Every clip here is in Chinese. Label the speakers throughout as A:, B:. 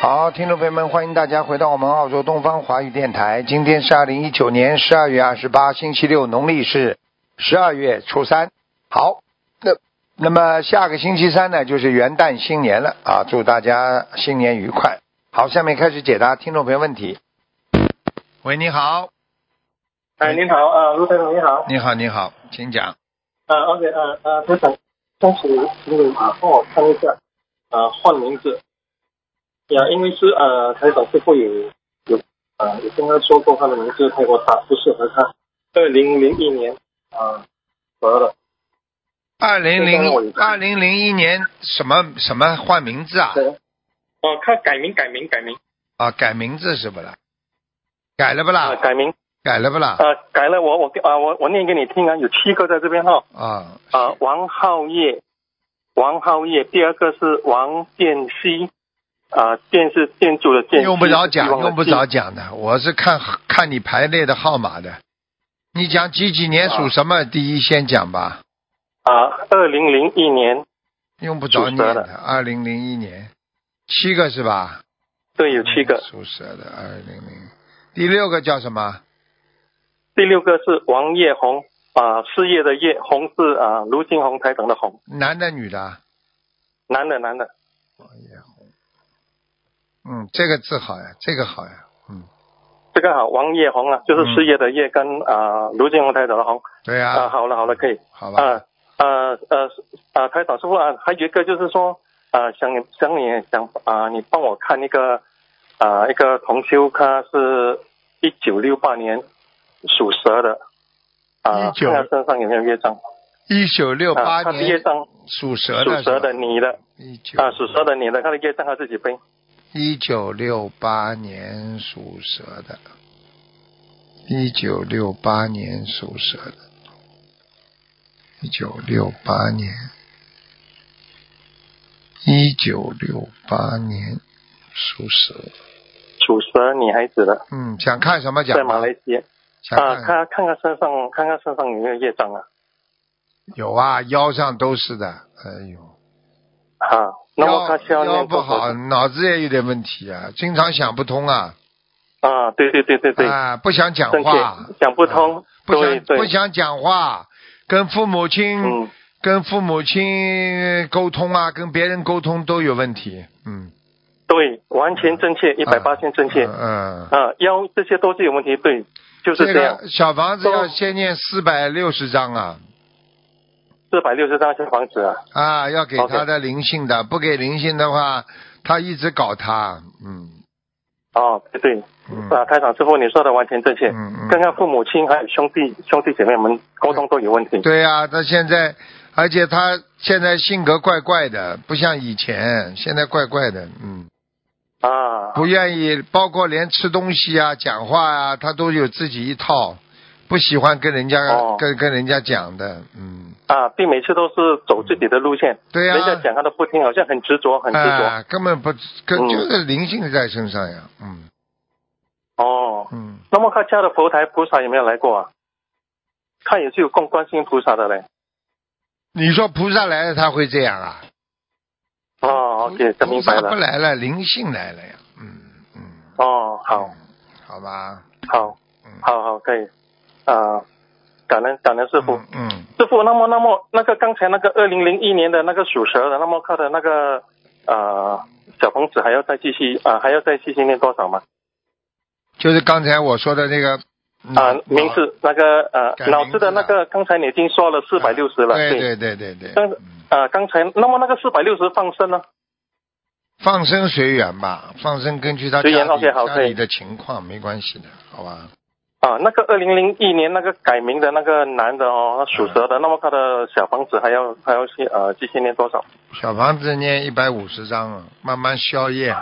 A: 好，听众朋友们，欢迎大家回到我们澳洲东方华语电台。今天是二零一九年十二月二十八，星期六，农历是十二月初三。好，那那么下个星期三呢，就是元旦新年了啊！祝大家新年愉快。好，下面开始解答听众朋友问题。喂，你好，
B: 哎，您好，呃，卢先生您好，
A: 你好，你好，请讲。
B: 呃，OK，呃呃，我想恭喜您，请你啊帮我看一下，呃，换名字，呀，因为是呃，台长师傅有有呃，有跟他说过他的名字太过大，不适合他。二零零一年啊，得了，
A: 二零
B: 刚刚我有
A: 零二零零一年什么什么换名字啊？
B: 对，哦、他改名改名改名
A: 啊，改名字是不啦？改了不
B: 啊、
A: 啦？
B: 改名
A: 改了不啦？
B: 呃，改了我我啊、我我念给你听啊，有七个在这边哈、
A: 啊
B: 啊，王浩业，王浩业，第二个是王建熙，啊，建是建筑的建，
A: 用不着
B: 希
A: 讲，
B: 望的
A: 用不
B: 希
A: 着讲的。我是看看你排列的号码的。你讲几几年属什么？第一先讲吧，
B: 啊，二零零一年，
A: 用不着
B: 属蛇
A: 念
B: 的
A: 的。二零零一年，七个是吧？嗯
B: 对，有七个。
A: 属蛇的，二零零。第六个叫什么？
B: 第六个是王叶红，啊，事业的业，红是啊，卢金红台长的红，
A: 男的女的？
B: 男的男的，
A: 嗯，这个字好呀，这个好呀。嗯，
B: 这个好，王叶红啊，就是事业的业跟啊卢金红台长的红，
A: 对呀、
B: 啊，好了好了，可以，
A: 好吧。
B: 啊呃呃呃，台长师傅啊，还有一个就是说，呃，想想你想啊、你帮我看一个啊、一个同修，他是一九六八年属蛇的，啊、
A: 19
B: 看他身上有没有业障，
A: 一九六
B: 啊，
A: 八
B: 他的业
A: 年
B: 障
A: 属蛇
B: 属
A: 的是吧
B: 蛇的你的
A: 一九
B: 啊，属蛇的你的，他的业障他自己背，
A: 一九六八年属蛇的，一九六八年属蛇的，一九六八年，一九六八年属蛇。
B: 属蛇女孩子的，
A: 嗯，想看什么讲
B: 在马
A: 吧？
B: 来西亚
A: 想
B: 啊，
A: 看
B: 看看看身上看看身上有没有业障啊，
A: 有啊，腰上都是的。哎呦，
B: 啊，嗯那么他需
A: 腰
B: 念
A: 腰
B: 多
A: 不
B: 少
A: 好，脑子也有点问题啊，经常想不通啊，
B: 啊，对对对对对，
A: 啊，不想讲
B: 正确
A: 话，嗯
B: 想不通，
A: 不
B: 对
A: 想
B: 对，
A: 不想讲话，跟父母亲、
B: 嗯。
A: 跟父母亲沟通啊，跟别人沟通都有问题。嗯，
B: 对，完全正确，一百八千正确。
A: 嗯嗯，
B: 啊，腰这些都是有问题，对，就是
A: 这
B: 这样。哦
A: 个小房子要
B: 都
A: 先念四百六十章啊
B: 四百六十张小房子啊，
A: 啊，要给
B: OK
A: 他的灵性的，不给灵性的话，他一直搞他。嗯
B: 哦，对对，
A: 嗯
B: 啊，台长师傅你说的完全正确。
A: 嗯嗯，
B: 刚刚父母亲还有兄弟兄弟姐妹们沟通都有问题。
A: 对呀、他现在，而且他现在性格怪怪的，不像以前，现在怪怪的，嗯。
B: 啊，
A: 不愿意，包括连吃东西啊、讲话啊，他都有自己一套，不喜欢跟人家、
B: 哦
A: 跟跟人家讲的，嗯，
B: 啊，并每次都是走自己的路线，
A: 对啊呀、
B: 人家讲他都不听，好像很执着，很执着。
A: 啊，根本不跟、
B: 嗯
A: 就是灵性在身上呀，嗯
B: 哦，
A: 嗯，
B: 那么他家的佛台菩萨有没有来过啊？他也是有供观世音菩萨的嘞。
A: 你说菩萨来了他会这样啊？
B: 哦，OK，这
A: 菩
B: 明白
A: 萨不
B: 了。
A: 来了，灵性来了呀，嗯嗯，
B: 哦，好。
A: 好吧，
B: 好
A: 嗯，
B: 好好，可以，啊、感恩感恩师傅，
A: 嗯嗯，
B: 师傅，那么那么那个刚才那个二零零一年的那个属蛇的，那么他的那个呃小房子还要再继续啊、还要再继续念多少吗？
A: 就是刚才我说的那个嗯脑
B: 啊、
A: 脑
B: 名字那个呃
A: 改
B: 脑
A: 名字
B: 子的那个，刚才你已经说了四百六十了，
A: 对对对对对，嗯
B: 刚啊、刚才那么那个四百六十放生呢？
A: 放生随缘吧，放生根据他家
B: 随缘
A: 里
B: OK，好
A: 家
B: 可以
A: 里的情况没关系的，好吧？
B: 啊，那个二零零一年那个改名的那个男的哦，属蛇
A: 嗯
B: 的，那么他的小房子还要还要去呃继续念多少？
A: 小房子念一百五十张啊，慢慢消业。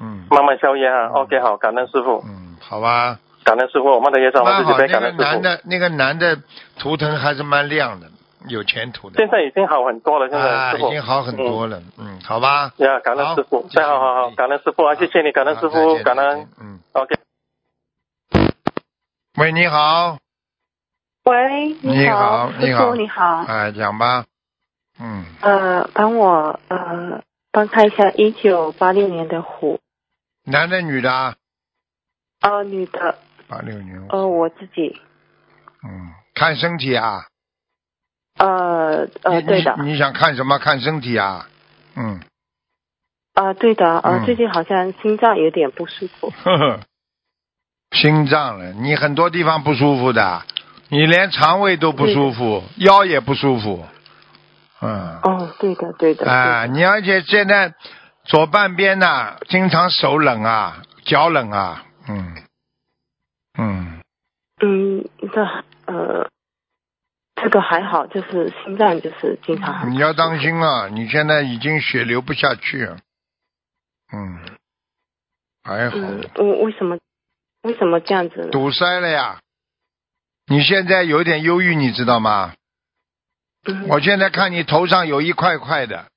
A: 嗯
B: 慢慢消烟啊。
A: 嗯
B: OK，好，感恩师傅。
A: 嗯，好吧，
B: 感恩师傅，我们的业障我
A: 蛮
B: 们自
A: 好。
B: 己背，
A: 那
B: 感
A: 个
B: 恩师
A: 男
B: 傅。
A: 的，那个男的图腾还是蛮亮的，有前途的
B: 现在已经好很多了，现在
A: 啊，
B: 师
A: 已
B: 傅。
A: 经好很多了。嗯，好吧。
B: 呀，感恩
A: 好
B: 师傅，再好好
A: 谢谢
B: 好，
A: 你
B: 感恩师傅啊，谢谢你，感恩师
A: 好再
B: 傅，
A: 见
B: 感
A: 再
B: 恩
A: 见。嗯，
B: ，OK。
A: 喂，你好。
C: 喂，
A: 你好
C: 好，
A: 你
C: 师
A: 好
C: 傅你好，
A: 哎，讲吧。嗯，
C: 呃，帮我呃帮看一下一九八六年的虎，
A: 男的女的啊？
C: 呃，女的，
A: 八六年，
C: 呃，我自己，
A: 嗯，看身体啊。
C: 呃呃，
A: 你
C: 对的，
A: 你你想看什么？看身体啊？嗯，
C: 呃，对的，呃，
A: 嗯
C: 最近好像心脏有点不舒服，
A: 呵呵，心脏了，你很多地方不舒服的，你连肠胃都不舒服，腰也不舒服，嗯，
C: 哦，对的，对的，
A: 啊，你而且现在左半边呐、经常手冷啊，脚冷啊，嗯，嗯，
C: 对嗯，这呃，这个还好，就是心脏就是经常
A: 你要当心啊，你现在已经血流不下去，嗯，还好。
C: 嗯，我为什么为什么这样子呢？
A: 堵塞了呀。你现在有点忧郁，你知道吗？
C: 嗯
A: 我现在看你头上有一块块的，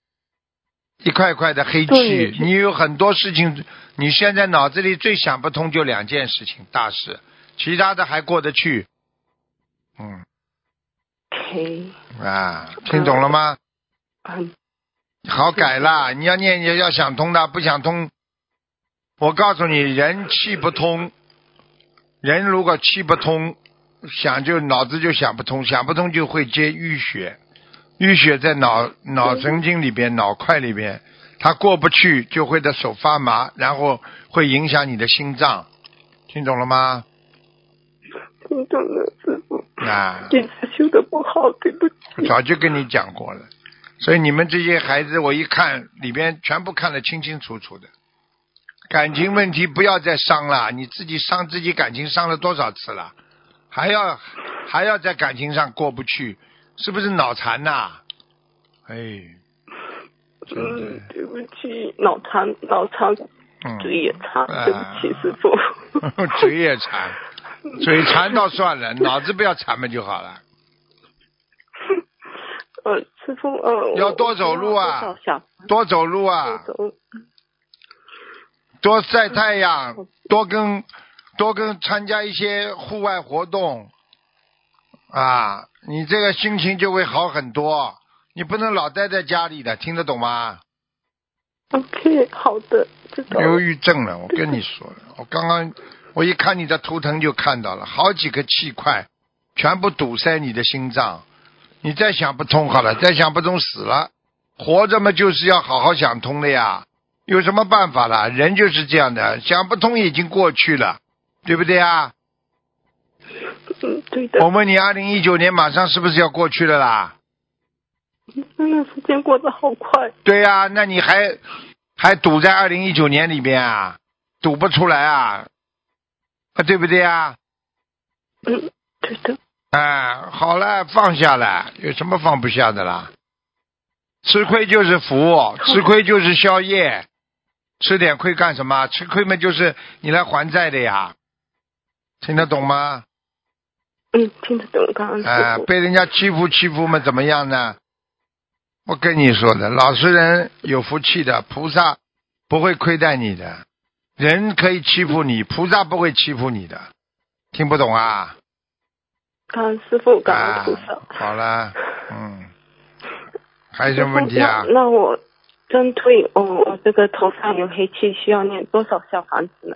A: 一块块的黑
C: 对
A: 气，你有很多事情，你现在脑子里最想不通就两件事情，大事，其他的还过得去。嗯
C: OK，
A: 啊，听懂了吗？
C: 嗯，
A: 好改啦，你要念也要想通的，不想通，我告诉你，人气不通，人如果气不通，想就脑子就想不通，想不通就会接淤血，淤血在脑脑神经里边、脑块里边，它过不去就会的手发麻，然后会影响你的心脏，听懂了吗？
C: 听懂了，师傅，
A: 啊，
C: 这次嗯修的不好，对不起。
A: 早就跟你讲过了，所以你们这些孩子，我一看里边全部看得清清楚楚的。感情问题不要再伤了，你自己伤自己感情伤了多少次了，还要还要在感情上过不去，是不是脑残呐、哎，真的
C: 嗯，，对不起，脑残脑残，
A: 嗯，
C: 嘴也馋，
A: 啊
C: 对不起，师傅。
A: 嘴也馋，嘴馋倒算了，脑子不要馋嘛就好了。
C: 呃，师傅，呃，
A: 要
C: 我
A: 多走路啊
C: 我不知道
A: 多走路啊，
C: 多少小多走，
A: 多晒太阳，多跟多跟参加一些户外活动啊，你这个心情就会好很多。你不能老待在家里的，听得懂吗？
C: OK，好的，知道了。
A: 忧郁症了，我跟你说了，我刚刚我一看你的图腾就看到了，好几个气块全部堵塞你的心脏，你再想不通好了，再想不通死了，活着嘛就是要好好想通的呀，有什么办法啦？人就是这样的，想不通已经过去了，对不对啊？
C: 嗯，对的
A: 我。问你，二零一九年马上是不是要过去了啦？
C: 真的嗯时间过得好快。
A: 对呀、那你还还堵在二零一九年里边啊，堵不出来啊，啊对不对啊？
C: 嗯，对的。
A: 哎，好了，放下了，有什么放不下的啦？吃亏就是福，吃亏就是宵夜，吃点亏干什么？吃亏嘛就是你来还债的呀，听得懂吗？
C: 嗯，听得懂刚刚
A: 哎
C: 师，傅。
A: 被人家欺负欺负嘛，怎么样呢？我跟你说的，老实人有福气的，菩萨不会亏待你的，人可以欺负你，菩萨不会欺负你的，听不懂啊？
C: 刚刚师傅，刚
A: 啊
C: 刚菩萨。
A: 好了， 嗯，还有什么问题啊
C: 师？傅那那我针对我我这个头上有黑气，需要念多少小房子呢？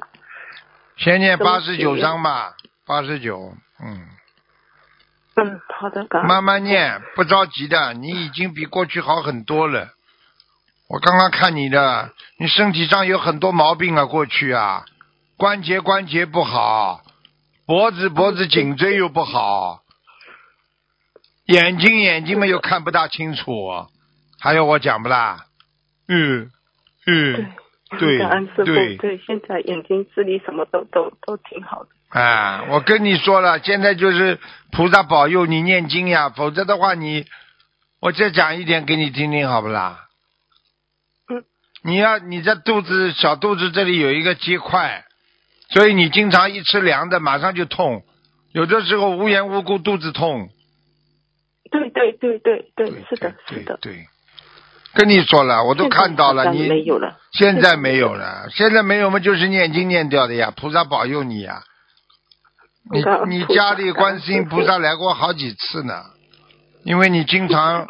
A: 先念
C: 怎么
A: 八十九章吧，八十九，嗯，
C: 嗯，好的，感恩。
A: 慢慢念，不着急的，你已经比过去好很多了。我刚刚看你的，你身体上有很多毛病啊，过去啊，关节关节不好，脖子脖子颈椎又不好，眼睛眼睛嘛又看不大清楚，还有我讲不啦？嗯嗯。 对
C: 感恩师
A: 对
C: 傅，对，现在眼睛、视力什么都都都挺好的。
A: 啊，我跟你说了，现在就是菩萨保佑你念经呀，否则的话你，我再讲一点给你听听，好不啦？
C: 嗯。
A: 你要你这肚子小肚子这里有一个结块，所以你经常一吃凉的马上就痛，有的时候无缘无故肚子痛。
C: 对对对对对，是的，
A: 对
C: 是的。
A: 对。跟你说了，我都看到了，
C: 现在好像
A: 你
C: 没有了。
A: 现在没有了，现在没有嘛，就是念经念掉的呀，菩萨保佑你呀。你
C: 感恩
A: 你
C: 菩萨
A: 家里观世音菩萨来过好几次呢，因为你经常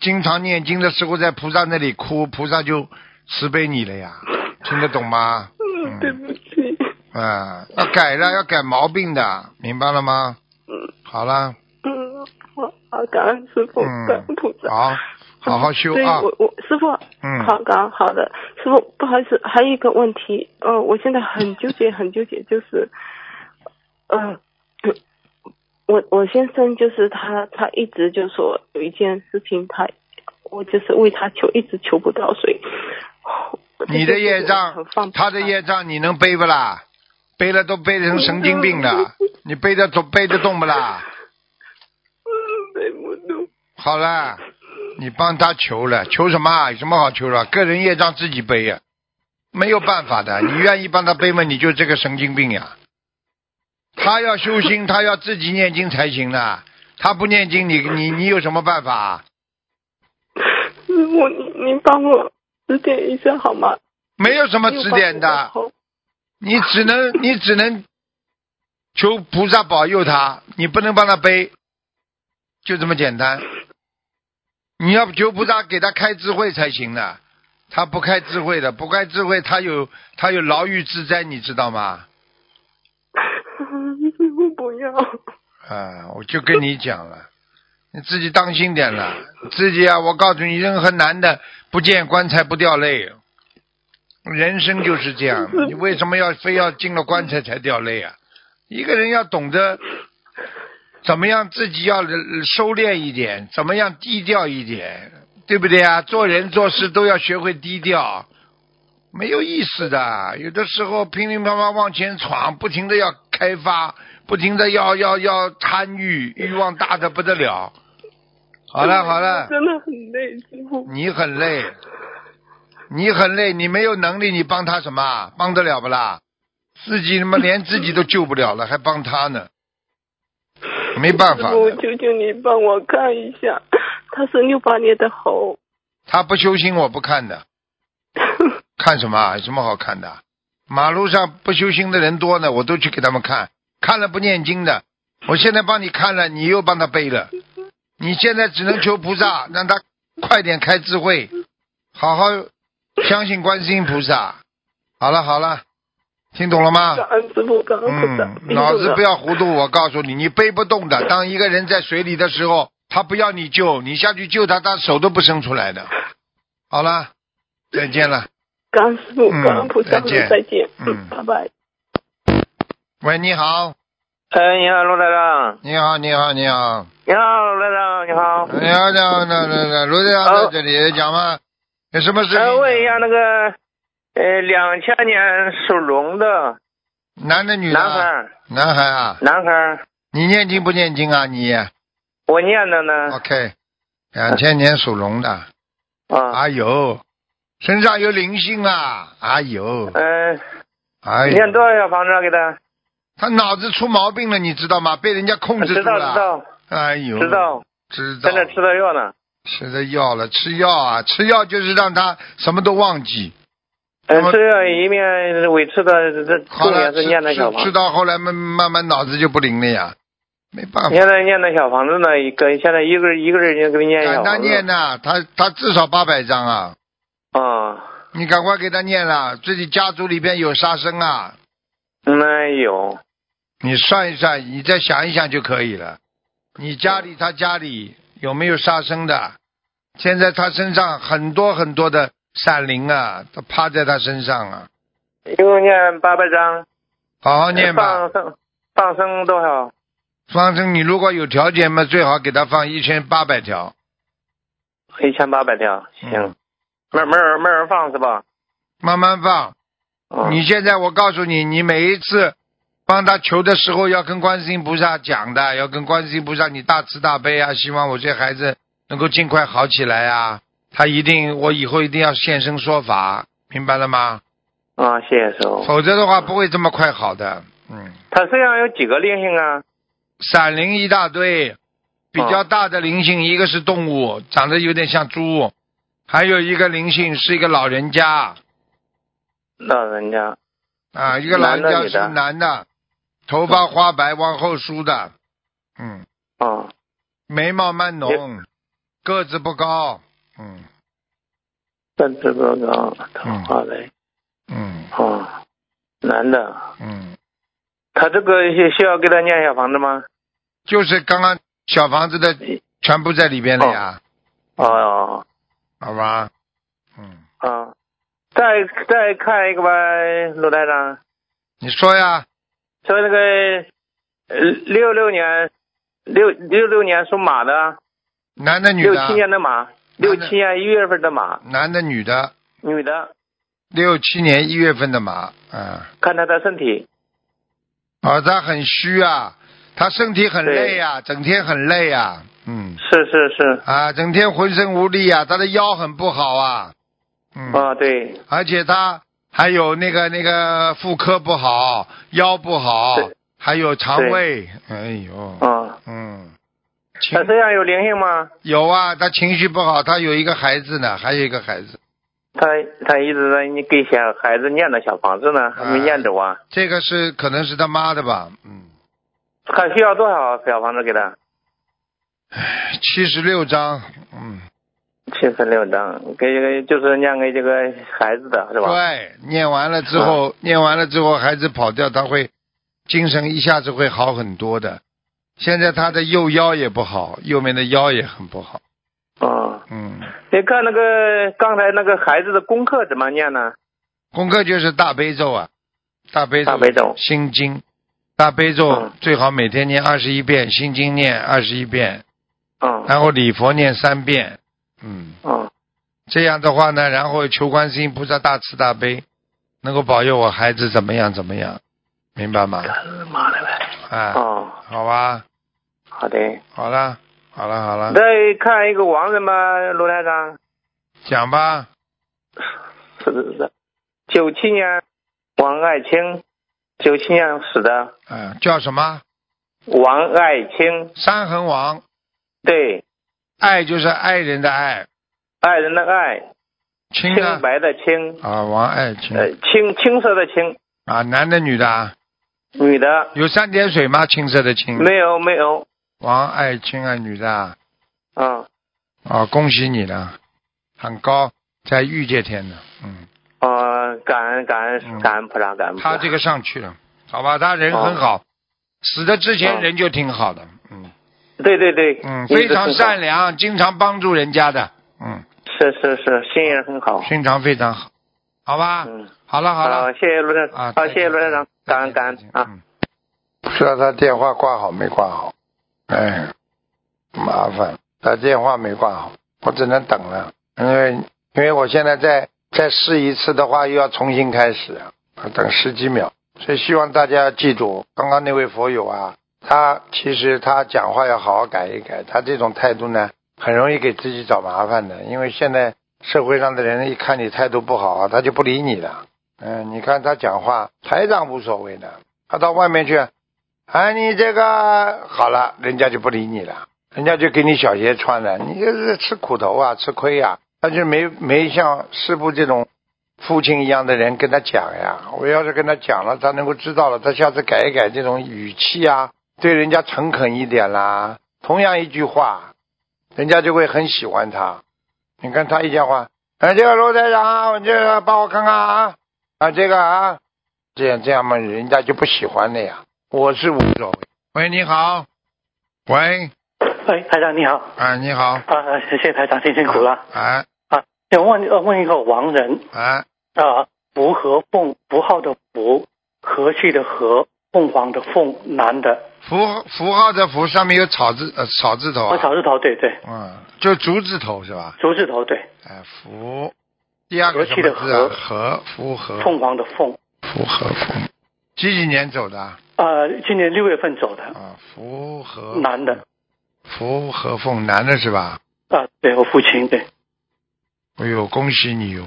A: 经常念经的时候在菩萨那里哭，菩萨就慈悲你了呀，听得懂吗？
C: 嗯
A: 嗯
C: 对不起，
A: 啊，要改了，要改毛病的，明白了吗？
C: 嗯
A: 好了，
C: 嗯，好好，感恩师傅，
A: 嗯
C: 感恩菩萨。
A: 好，好好修
C: 所以
A: 啊，
C: 我我师傅，
A: 嗯，
C: 好，感恩好的，师傅不好意思，还有一个问题，呃，我现在很纠结，很纠结， 就是，呃，我我先生就是他，他一直就说有一件事情他，我就是为他求，一直求不到，所以
A: 你的业
C: 这件事情我
A: 障
C: 很放，不下
A: 他的业障你能背不啦？背了都背成神经病 了，你背得动背得动不啦？
C: 嗯对不住，
A: 好了，你帮他求了，求什么啊？有什么好求了？个人业障自己背呀、没有办法的。你愿意帮他背吗？你就这个神经病呀、他要修心，他要自己念经才行的。他不念经，你你你有什么办法啊？
C: 师傅您您帮我指点一下好吗？
A: 没有什么指点
C: 没有
A: 的
C: 办法，好
A: 你只能你只能求菩萨保佑他，你不能帮他背，就这么简单。你要求菩萨给他开智慧才行的，他不开智慧的，不开智慧他有他有牢狱之灾，你知道吗？
C: 师傅不要，
A: 啊，我就跟你讲了，你自己当心点了，自己啊，我告诉你，任何男的不见棺材不掉泪，人生就是这样，你为什么要非要进了棺材才掉泪啊？一个人要懂得怎么样自己要收敛一点，怎么样低调一点，对不对啊？做人做事都要学会低调。没有意思的，有的时候乒乒乓乓往前闯，不停的要开发，不停的要要要贪欲，欲望大的不得了。好了好了，
C: 真的很累，师傅。
A: 你很累，你很累，你没有能力，你帮他什么啊？帮得了不啦？自己他妈连自己都救不了了，还帮他呢？没办法
C: 师傅，
A: 的，
C: 求求你帮我看一下，他是六八年的猴，
A: 他不修心我不看的，看什么啊？有什么好看的啊？马路上不修心的人多呢，我都去给他们看，看了不念经的，我现在帮你看了，你又帮他背了，你现在只能求菩萨，让他快点开智慧，好好相信观世音菩萨。好了好了，听懂了吗？
C: 感恩师傅，感恩菩萨
A: 嗯，，脑子不
C: 要。
A: 要糊涂，我告诉你，你背不动的。当一个人在水里的时候，他不要你救，你下去救他，他手都不伸出来的。好了，再见了。
C: 感恩师傅，
A: 嗯
C: 感恩菩
A: 再
C: 萨，
A: 见
C: 再见，
A: 嗯
C: 拜拜。
A: 喂，你好，
D: 哎，你好，罗台长。
A: 你好，你好，你好，
D: 你好，罗台长，你好。
A: 你好，你好，那那那罗队长在这里讲吗？有什么事情？
D: 呃，问一下那个，呃，两千年属龙的
A: 男的女的
D: 男
A: 啊？
D: 孩，
A: 男孩啊，
D: 男孩，
A: 你念经不念经啊？你
D: 我念的呢。
A: OK，两千年属龙的，
D: 啊，
A: 哎呦，身上有灵性啊，哎呦，
D: 嗯，
A: 哎呦，
D: 念多少小房子给他？
A: 他脑子出毛病了，你知道吗？被人家控制
D: 知
A: 住
D: 道，
A: 了。
D: 知道，
A: 哎呦，
D: 知，道，
A: 知道
D: 正在吃的药呢。
A: 吃的药了，吃药啊，吃药就是让他什么都忘记。那么
D: 嗯，吃药一面维持的，这
A: 好
D: 重点
A: 了，吃
D: 是念的小
A: 吃
D: 房
A: 吃
D: 子。
A: 到后来慢慢慢脑子就不灵了呀，没办法，
D: 现在念的小房子呢，一个现在一个一个人就给你念小
A: 赶他
D: 房
A: 念
D: 子。
A: 呐、他他至少八百张啊，
D: 啊，
A: 你赶快给他念了，自己家族里边有杀生啊，
D: 那有，
A: 你算一算，你再想一想就可以了。你家里他家里有没有杀生的？现在他身上很多很多的闪灵啊，都趴在他身上啊。
D: 一共念八百张。
A: 好好念吧，
D: 放生，放生多少？
A: 方生，你如果有条件嘛，最好给他放一千八百条。
D: 一千八百条，行。
A: 嗯
D: 没没人没人放是吧？
A: 慢慢放。
E: 啊
D: 嗯、
A: 你现在我告诉你，你每一次帮他求的时候，要跟观世音菩萨讲的，要跟观世音菩萨你大慈大悲啊，希望我这孩子能够尽快好起来啊。他一定，我以后一定要现身说法，明白了吗？
D: 啊，谢谢师傅。
A: 否则的话不会这么快好的。嗯，
D: 他身上有几个灵性啊？
A: 闪灵一大堆，比较大的灵性，一个是动物，长得有点像猪，还有一个灵性是一个老人家。
D: 老人家
A: 啊，一个老
D: 男
A: 人
D: 的
A: 家
D: 女
A: 是
D: 的
A: 男的，头发花白往后梳的，嗯，
D: 啊，
A: 眉毛蛮浓，个子不高，嗯
D: 这这个个头发嘞
A: 嗯，
D: 啊，男的，
A: 嗯，
D: 他这个需需要给他念小房子吗？
A: 就是刚刚小房子的全部在里边了呀，
D: 哎
A: 嗯
D: 哦，
A: 好吧？嗯，
D: 啊，再再看一个吧，鲁台长，
A: 你说呀，
D: 说那个呃六六年六六六年属马的，
A: 男的女
D: 六七
A: 的？
D: 年的马，
A: 男的
D: 六七啊年一月份的马，
A: 男的女的？
D: 女的，
A: 六七年一月份的马，嗯，
D: 看他的身体，
A: 哦，他很虚啊，他身体很
D: 对
A: 累啊，整天很累啊，嗯，
D: 是是是，
A: 啊，整天浑身无力啊，他的腰很不好啊，嗯，
D: 啊对，
A: 而且他还有那个那个妇科不好，腰不好
D: 对，
A: 还有肠胃，哎呦，
D: 啊，
A: 嗯，
D: 他
A: 情
D: 身上有灵性吗？
A: 有啊，他情绪不好，他有一个孩子呢，还有一个孩子，
D: 他他一直在你给小孩子念的小房子呢，还没念走啊，
A: 这个是可能是他妈的吧，嗯，
D: 他需要多少小房子给他？
A: 七十六章，嗯，
D: 七十六张，给这个就是念给这个孩子的是吧？嗯
A: 对，念完了之后，念完了之后，孩子跑掉，他会精神一下子会好很多的。现在他的右腰也不好，右面的腰也很不好。
D: 嗯，
A: 嗯，
D: 你看那个刚才那个孩子的功课怎么念呢？
A: 功课就是大悲咒啊，大悲咒，
D: 大悲咒
A: 心经，大悲咒
D: 嗯
A: 最好每天念二十一遍，心经念二十一遍，
D: 嗯
A: 然后礼佛念三遍。嗯，
D: 嗯
A: 这样的话呢，然后求观世音菩萨大慈大悲，能够保佑我孩子怎么样怎么样，明白吗？
D: 妈的呗！
A: 啊，
D: 哦，
A: 好吧。
D: 好的。
A: 好了，好了，好了，
D: 再看一个王人吧，罗台长，
A: 讲吧。
D: 是是是，九七年王爱卿，九七年死的
A: 嗯、叫什么？
D: 王爱卿，
A: 三横王，
D: 对，
A: 爱就是爱人的爱，
D: 爱人的爱，
A: 亲
D: 清
A: 呢？
D: 白的清，
A: 啊，王爱卿
D: 呃，青青色的青，
A: 啊，男的女的啊？
D: 女的
A: 有三点水吗？青色的青，
D: 没有没有，
A: 王爱卿啊，女的啊，
D: 嗯，
A: 啊，恭喜你了，很高，在御界天呢，嗯，
D: 呃，感恩感
A: 嗯
D: 恩感恩菩萨，感恩菩萨
A: 他这个上去了，好吧，他人很好，死的之
D: 哦
A: 前人就挺好的，嗯
D: 对对对，
A: 嗯，
D: 一直
A: 非常
D: 很好
A: 善，良，经常帮助人家的，嗯，
D: 是是是，心眼很好，
A: 心肠非常好，好吧，
D: 嗯，
A: 好了好了。
D: 好，谢谢罗台长，，
A: 啊
D: 好，谢谢罗台长，感恩感恩啊。
A: 不知道嗯啊他电话挂好没挂好，哎，麻烦，他电话没挂好，我只能等了，因为因为我现在再再试一次的话，又要重新开始，啊等十几秒，所以希望大家要记住，刚刚那位佛友啊，他其实他讲话要好好改一改，他这种态度呢，很容易给自己找麻烦的，因为现在社会上的人一看你态度不好啊，他就不理你了。嗯，你看他讲话，台长无所谓的，他到外面去，哎，你这个好了，人家就不理你了，人家就给你小鞋穿了，你这是吃苦头啊，吃亏啊。他就没没像师傅这种父亲一样的人跟他讲呀。我要是跟他讲了，他能够知道了，他下次改一改这种语气啊，对人家诚恳一点啦。同样一句话，人家就会很喜欢他。你看他一讲话，哎，这个罗台长啊，我这个帮我看看啊，啊这个啊，这样这样嘛，人家就不喜欢了呀。我是无所谓。喂，你好。喂，
E: 哎，台长你好，
A: 啊，你好。
E: 啊，谢谢台长，辛辛苦了。
A: 啊
E: 想问呃问一个亡人
A: 啊，
E: 啊，符和凤，符号的符，和气的和，凤凰的凤，男的，
A: 符符号的符上面有草字呃草字头
E: 我
A: 啊，
E: 哦草字头，对对，
A: 嗯，就竹字头是吧？
E: 竹字头，对，
A: 哎，符，第二个什么字啊？和符和
E: 凤凰的凤。
A: 符和符，几几年走的啊？
E: 呃，今年六月份走的，
A: 啊，符和
E: 男的，
A: 符和凤男的是吧？
E: 啊，对我父亲，对，
A: 哎呦，恭喜你哟！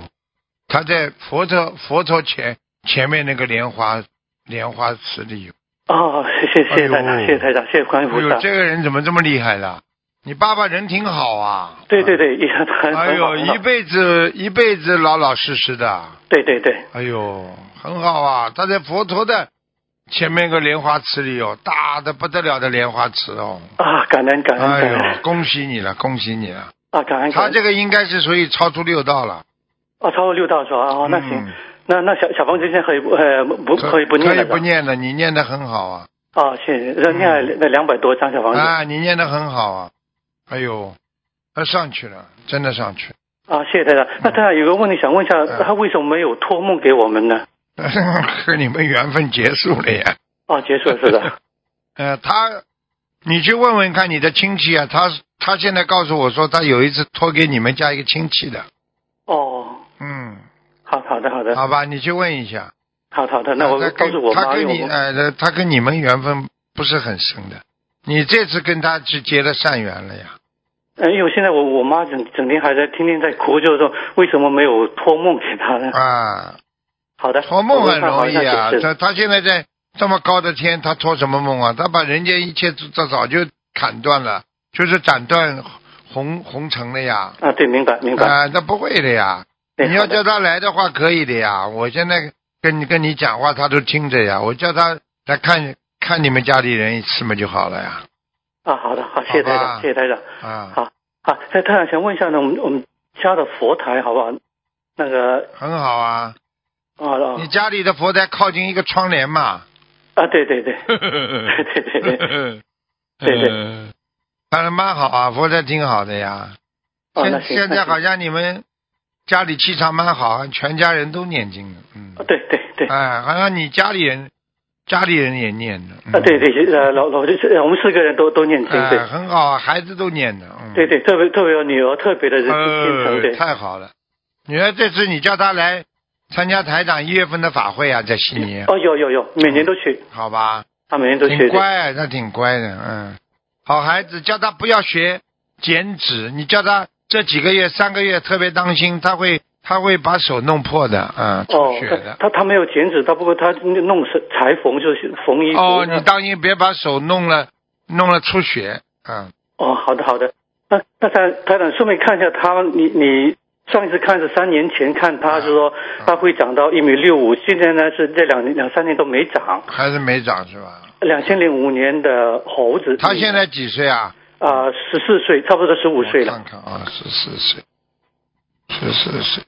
A: 他在佛陀佛陀前前面那个莲花莲花池里有。
E: 哦，谢谢谢谢台
A: 哎
E: 长，
A: 呦
E: 谢谢台长，谢谢观音
A: 哎
E: 菩
A: 呦，
E: 萨。
A: 这个人怎么这么厉害的？你爸爸人挺好啊。
E: 对对对，也很 很
A: 哎
E: 好
A: 呦，
E: 很好
A: 一辈子一辈子老老实实的，
E: 对对对，
A: 哎呦，很好啊！他在佛陀的前面一个莲花池里哦，大的不得了的莲花池哦。
E: 啊，感恩感恩
A: 哎
E: 感
A: 呦，
E: 恩，
A: 恭喜你了，恭喜你了！
E: 啊，感恩感啊
A: 他
E: 恩
A: 这。个应该是属于超出六道了。
E: 哦，超过六道是吧？哦，那行
A: 嗯，
E: 那那小小房子现在可以不呃不
A: 可
E: 可以不念
A: 可以
E: 了
A: 不
E: 吧？
A: 念了，嗯你念的很好啊，
E: 啊，谢谢。那念了那两百多张小房子啊
A: 啊，你念的很好啊，哎呦，他上去了，真的上去了。
E: 啊谢谢太太。那太太有个问题想问一下，
A: 嗯
E: 他为什么没有托梦给我们呢？
A: 和你们缘分结束了呀。
E: 啊，结束了是 的。
A: 呃，他，你去问问看你的亲戚啊，他他现在告诉我说，他有一次托给你们家一个亲戚的，
E: 哦，
A: 嗯，
E: 好好的好的，
A: 好吧，你去问一下。
E: 好好的，那我
A: 他
E: 告
A: 跟
E: 诉我
A: 他
E: 妈，
A: 跟
E: 因
A: 你
E: 为我
A: 呃，他跟你们缘分不是很深的，你这次跟他是结了善缘了呀。
E: 呃因为现在我我妈整整天还在天天在哭，就是说为什么没有托梦给她呢？
A: 啊，
E: 好的，
A: 托梦很容易
E: 我会
A: 啊
E: 看好一下解，释
A: 他他现在在这么高的天，他托什么梦啊？他把人家一切这早就砍断了，就是斩断红红尘了呀。
E: 啊，对，明白明白。
A: 啊、那不会的呀。
E: 对
A: 你要
E: 好的
A: 叫他来的话，可以的呀。我现在跟你跟你讲话，他都听着呀。我叫他来看看你们家里人一次嘛就好了呀。
E: 啊，好的，好，谢谢台
A: 好吧
E: 长，谢谢台长。
A: 啊，
E: 好，好，那台长想问一下呢，我们我们家的佛台好不好？那个
A: 很好啊。
E: 啊啊
A: 你家里的佛台靠近一个窗帘嘛。
E: 啊，对对 对，
A: 对对
E: 对 对
A: 对
E: 对对
A: 对。呃当然蛮好啊，佛台挺好的呀。
E: 哦，那
A: 现
E: 行，
A: 现在好
E: 像
A: 像你们家里气场蛮好，啊全家人都念经了。嗯。
E: 啊对对对。
A: 哎，好像你家里人家里人也念的。嗯
E: 啊，对对，呃，老老就是我们四个人都都念经，
A: 哎，
E: 对，
A: 很好啊，孩子都念的，嗯，
E: 对对，特别特别有女儿特别的虔诚，
A: 呃，
E: 对，
A: 太好了。你说这次你叫他来参加台长一月份的法会啊，在悉尼，
E: 哦，有有有，每年都去，
A: 好吧？
E: 啊，每年都
A: 嗯挺
E: 去，对
A: 乖，他挺乖的，嗯，好孩子，叫他不要学剪纸，你叫他这几个月、三个月特别当心，他会他会把手弄破的，嗯，
E: 哦
A: 出血，
E: 他
A: 的。
E: 他他没有剪纸，他不过他弄是裁缝，就是缝衣服。嗯
A: 哦，你当心别把手弄了弄了出血，嗯，
E: 哦，好的好的。那那台台长，顺便看一下他，你你上一次看是三年前看他，
A: 嗯
E: 是说他会长到一米六五，现在呢是这两两三年都没长。
A: 还是没长是吧？
E: 两千零五年的猴子，
A: 他现在几岁啊？
E: 啊十四岁，差不多十五岁
A: 我
E: 了。
A: 看看啊，十四岁，十四岁，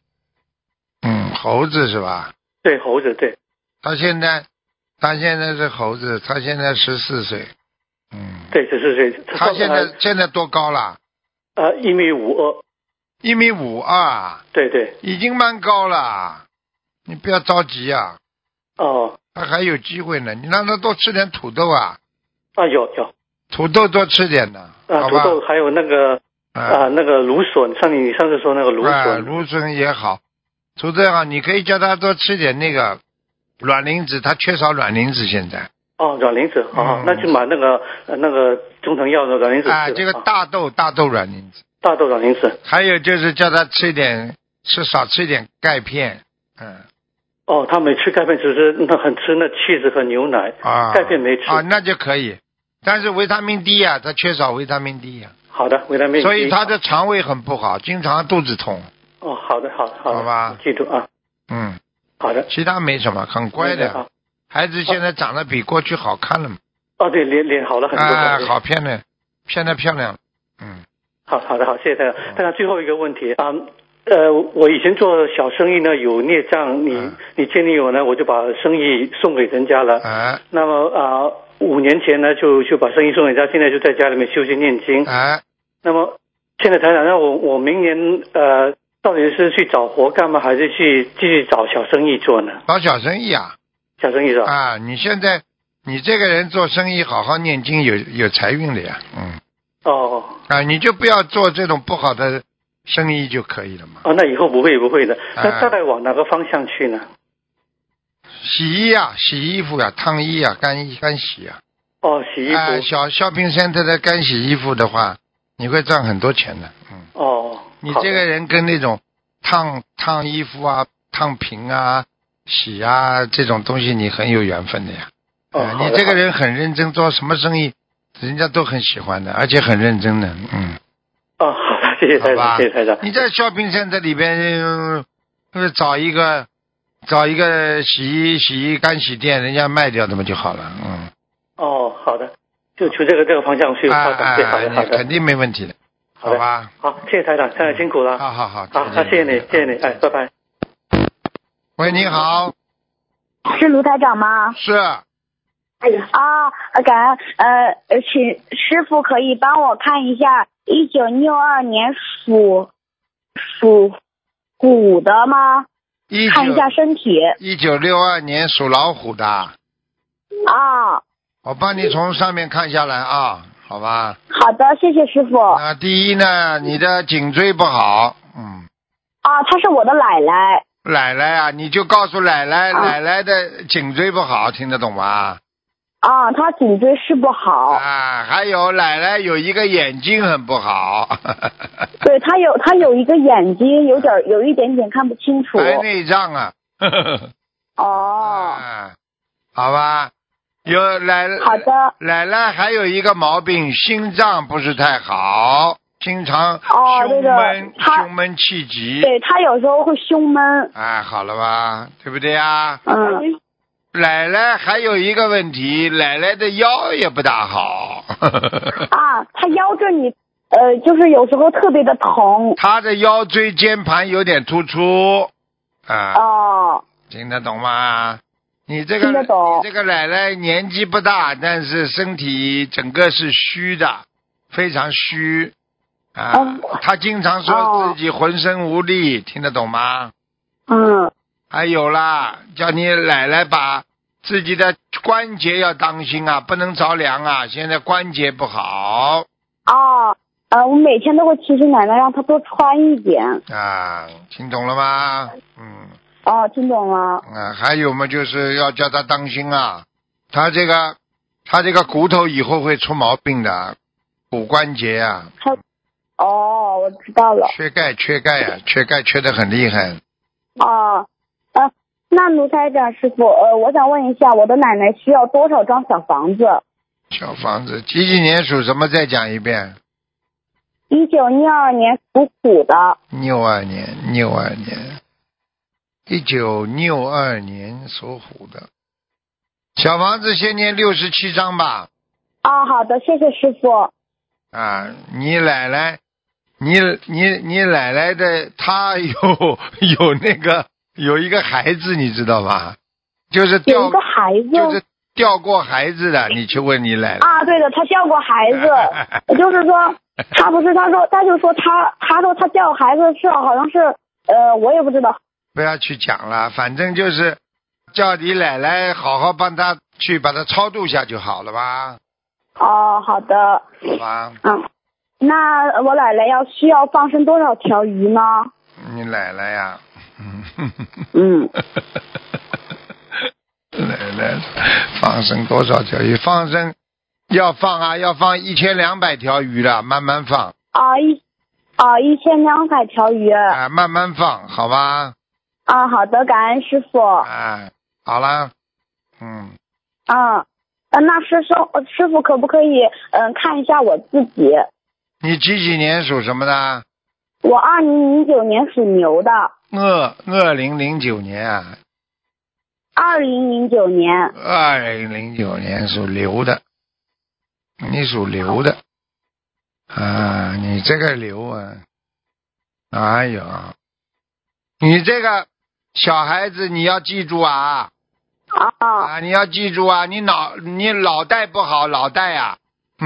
A: 嗯，猴子是吧？
E: 对猴子，对
A: 他现在，他现在是猴子，他现在十四岁，嗯，
E: 对十四岁。
A: 他现在现在多高了？
E: 呃一米五二，
A: 一米五二，
E: 对对
A: 已经蛮高了。你不要着急啊，
E: 哦
A: 他还有机会呢。你让他多吃点土豆啊，
E: 啊有有
A: 土豆多吃点呢，
E: 啊
A: 好
E: 土
A: 吧？
E: 豆还有那个啊
A: 啊，
E: 那个芦笋，上你上次说那个芦
A: 哎
E: 笋
A: 芦笋也好，土豆也好，你可以叫他多吃点那个卵磷脂，他缺少卵磷脂现在。
E: 哦软磷脂啊
A: 嗯，
E: 那就买那个呃那个中成药的软磷脂
A: 啊，
E: 吃
A: 这个大豆大豆软磷脂，
E: 大豆软磷脂。
A: 还有就是叫他吃一点吃少吃一点钙片，嗯
E: 哦，他没吃钙片，只是那很吃那 cheese 和牛奶。
A: 啊，
E: 钙片没吃
A: 啊，那就可以。但是维他命 D 呀、他缺少维他命 D 呀、
E: 好的，维他命 D。
A: 所以他的肠胃很不好，经常肚子痛。
E: 哦，好的，好的，好的，
A: 好吧
E: 记住啊，
A: 嗯，
E: 好的，
A: 其他没什么，很乖的
E: 啊。。
A: 孩子现在长得比过去好看了嘛，
E: 哦，对，脸脸好了很多。
A: 啊，好漂亮，现在漂亮了。嗯，
E: 好好的好，谢谢大家。大家最后一个问题啊、呃，我以前做小生意呢，有孽障，你、
A: 嗯
E: 你建议我呢，我就把生意送给人家了。
A: 哎
E: 那么啊、五年前呢，就就把生意送给人家，现在就在家里面修心念经。
A: 哎，
E: 那么现在台长，那我我明年呃，到底是去找活干吗，还是去继续找小生意做呢？
A: 搞小生意啊
E: 小生意是吧？
A: 啊！你现在你这个人做生意，好好念经，有有财运的呀。嗯。
E: 哦
A: 啊，你就不要做这种不好的生意就可以了嘛。
E: 哦，那以后不会不会的。
A: 哎
E: 那大概往哪个方向去呢？
A: 洗衣啊，洗衣服呀、烫衣啊，干衣干洗啊。
E: 哦，洗衣服。
A: 哎小 shopping center 的干洗衣服的话，你会赚很多钱的。嗯，
E: 哦，
A: 你
E: 好的
A: 这个人跟那种烫烫衣服啊、烫平啊、洗啊这种东西，你很有缘分的呀。
E: 哦
A: 啊
E: 好的
A: 你这个人很认真，做什么生意，人家都很喜欢的，而且很认真的。嗯。
E: 哦，好的，谢谢
A: 好
E: 台
A: 吧
E: 长，谢谢台长。
A: 你在 shopping center 里边，呃呃找一个找一个洗衣洗衣干洗店，人家卖掉的嘛就好了，嗯，
E: 哦，好的，就从这个这个方向去
A: 啊
E: 发展，对，好
A: 啊，
E: 的，好
A: 你肯
E: 的，
A: 定没问题的，
E: 好
A: 好
E: 的，
A: 吧？
E: 好，谢谢台长，台长辛苦了，
A: 好好好，
E: 好，
A: 再
E: 那
A: 见
E: 谢谢你，谢谢你，哎，拜拜。
A: 喂，你好，
F: 是卢台长吗？
A: 是
F: 啊，感恩呃，呃请师傅可以帮我看一下一九六二年属属虎的吗？
A: 一
F: 看一
A: 九
F: 下身体
A: 一九六二年属老虎的，
F: 啊。
A: 我帮你从上面看下来啊，好吧？
F: 好的，谢谢师傅。啊，
A: 那第一呢，你的颈椎不好，嗯，
F: 她啊是我的奶奶
A: 奶奶啊，你就告诉奶奶，
F: 啊
A: 奶奶的颈椎不好，听得懂吗？
F: 啊，她颈椎是不好，
A: 啊，还有奶奶有一个眼睛很不好，
F: 对她有她有一个眼睛有点有一点点看不清楚。
A: 白内障啊。
F: 哦，
A: 啊，好吧，有奶
F: 好的，
A: 奶奶还有一个毛病，心脏不是太好，经常
F: 哦
A: 胸
F: 这个
A: 闷、
F: 她
A: 胸闷气急。
F: 对她有时候会胸闷，
A: 哎，好了吧，对不对啊？
F: 嗯，
A: 奶奶还有一个问题，奶奶的腰也不大好，
F: 啊，她腰这里呃就是有时候特别的疼。
A: 她的腰椎间盘有点突出，啊，
F: 哦，
A: 听得懂吗？你这个
F: 听得懂
A: 你这个奶奶年纪不大，但是身体整个是虚的，非常虚啊。
F: 哦
A: 她经常说自己浑身无力，听得懂吗？
F: 嗯，
A: 还哎有啦，叫你奶奶把自己的关节要当心啊，不能着凉啊，现在关节不好
F: 哦，呃，我每天都会提醒奶奶让她多穿一点。
A: 啊，听懂了吗？嗯。
F: 哦，听懂了。
A: 啊，还有嘛，就是要叫他当心啊，他这个他这个骨头以后会出毛病的，骨关节啊，
F: 哦，我知道了。
A: 缺钙缺钙啊，缺钙缺的很厉害。
F: 哦，呃，那卢台长师傅，呃，我想问一下，我的奶奶需要多少张小房子？
A: 小房子几几年属什么？再讲一遍。
F: 一九六二年属虎的，
A: 六二年，六二年，一九六二年属虎的。小房子先念六十七章吧。
F: 啊，好的，谢谢师傅。
A: 啊，你奶奶，你你你奶奶的，她有 有那个有一个孩子，你知道吧？就是
F: 有一
A: 掉
F: 个孩子、
A: 就是掉过孩子的，你去问你奶奶。
F: 啊，对的，他掉过孩 子，就是说他不是，他说他就说他他说他掉孩子是好像是呃，我也不知道。
A: 不要去讲了，反正就是叫你奶奶好好帮她去把她超度下就好了吧？
F: 哦，好的，
A: 好吧，
F: 嗯，那我奶奶要需要放生多少条鱼呢？
A: 你奶奶呀、嗯。
F: 嗯，
A: 来来，放生多少条鱼？放生要放啊，要放一千两百条鱼了，慢慢放
F: 啊一啊一千两百条鱼。
A: 啊，慢慢放，好吧？
F: 啊，好的，感恩师傅。
A: 啊，好啦，嗯，
F: 嗯，呃那师师师傅可不可以嗯、看一下我自己？
A: 你几几年属什么的？
F: 我二零零九年属牛的，
A: 二二零零九年啊，
F: 二零零九年
A: 二零零九年属牛的，你属牛的啊，你这个牛啊，哎呦，你这个小孩子你要记住啊。
F: 啊
A: 啊，你要记住啊，你脑你脑袋不好，脑袋啊，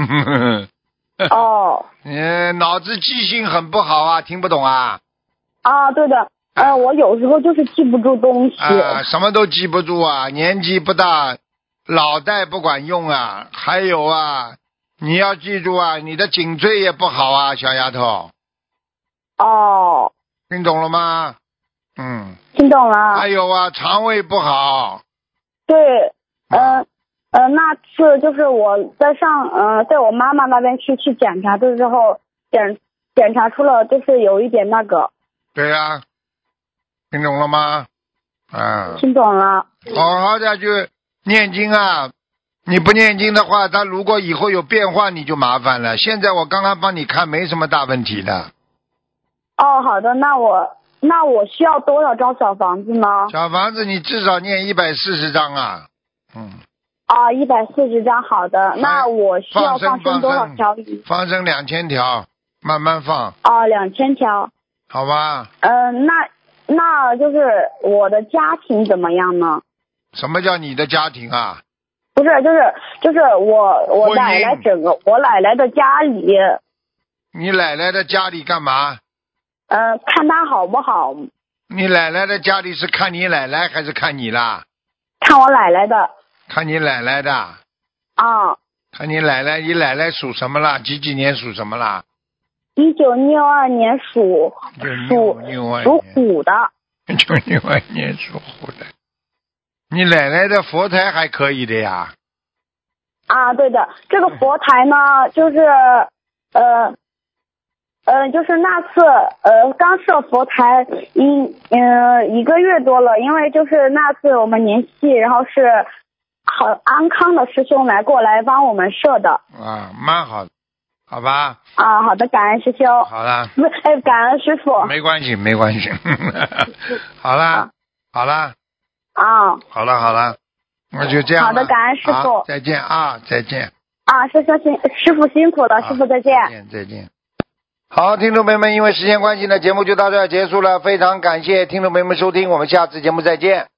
F: 哦
A: 嗯，脑子记性很不好啊，听不懂啊，
F: 啊，对的，呃，我有时候就是记不住东西。
A: 啊，什么都记不住啊，年纪不大，脑袋不管用啊，还有啊，你要记住啊，你的颈椎也不好啊，小丫头，
F: 哦，
A: 听懂了吗？嗯，
F: 听懂了。
A: 还有啊，肠胃不好，
F: 对，
A: 啊
F: 呃呃，那次就是我在上呃，在我妈妈那边去去检查的时候，检检查出了就是有一点那个，
A: 对呀、听懂了吗？啊，
F: 听懂了。
A: 好好的去念经啊！你不念经的话，他如果以后有变化，你就麻烦了。现在我刚刚帮你看，没什么大问题的。
F: 哦，好的，那我那我需要多少张小房子呢？
A: 小房子，你至少念一百四十章啊！嗯，
F: 啊，一百四十张，好的，那我需要
A: 哎放
F: 放
A: 生
F: 生多少条鱼？啊
A: 放生两千条，慢慢放，
F: 哦，两千条。
A: 好吧？
F: 嗯、那那就是我的家庭怎么样呢？
A: 什么叫你的家庭啊？
F: 不是，就是就是我我
A: 婚姻
F: 奶奶整个我奶奶的家里，
A: 你奶奶的家里干嘛？
F: 呃，看她好不好，
A: 你奶奶的家里是看你奶奶还是看你啦？
F: 看我奶奶的
A: 看你奶奶的，
F: 啊，
A: 看你奶奶，你奶奶属什么啦？几几年属什么啦？
F: 一九六二年属
A: 九六
F: 属
A: 六二
F: 属
A: 年，
F: 虎的，
A: 九六二年属虎的。你奶奶的佛台还可以的呀，
F: 啊，对的，这个佛台呢，就是，呃，呃，就是那次，呃，刚设佛台一，呃，一个月多了，因为就是那次我们年戏，然后是很安康的师兄来过来帮我们设的
A: 啊，蛮好的，好吧，
F: 啊。好的，感恩师兄，
A: 好啦，
F: 不，哎，感恩师傅
A: 没关系，没关系， 好啦，好啦，
F: 啊
A: 好啦，好啦，那就这样了。
F: 好的感恩师傅
A: 好再见啊，再见。
F: 啊，师兄辛，师傅辛苦了，
A: 啊
F: 师傅再见。
A: 再见，再见。好，听众朋友们，因为时间关系呢，节目就到这儿结束了。非常感谢听众朋友们收听，我们下次节目再见。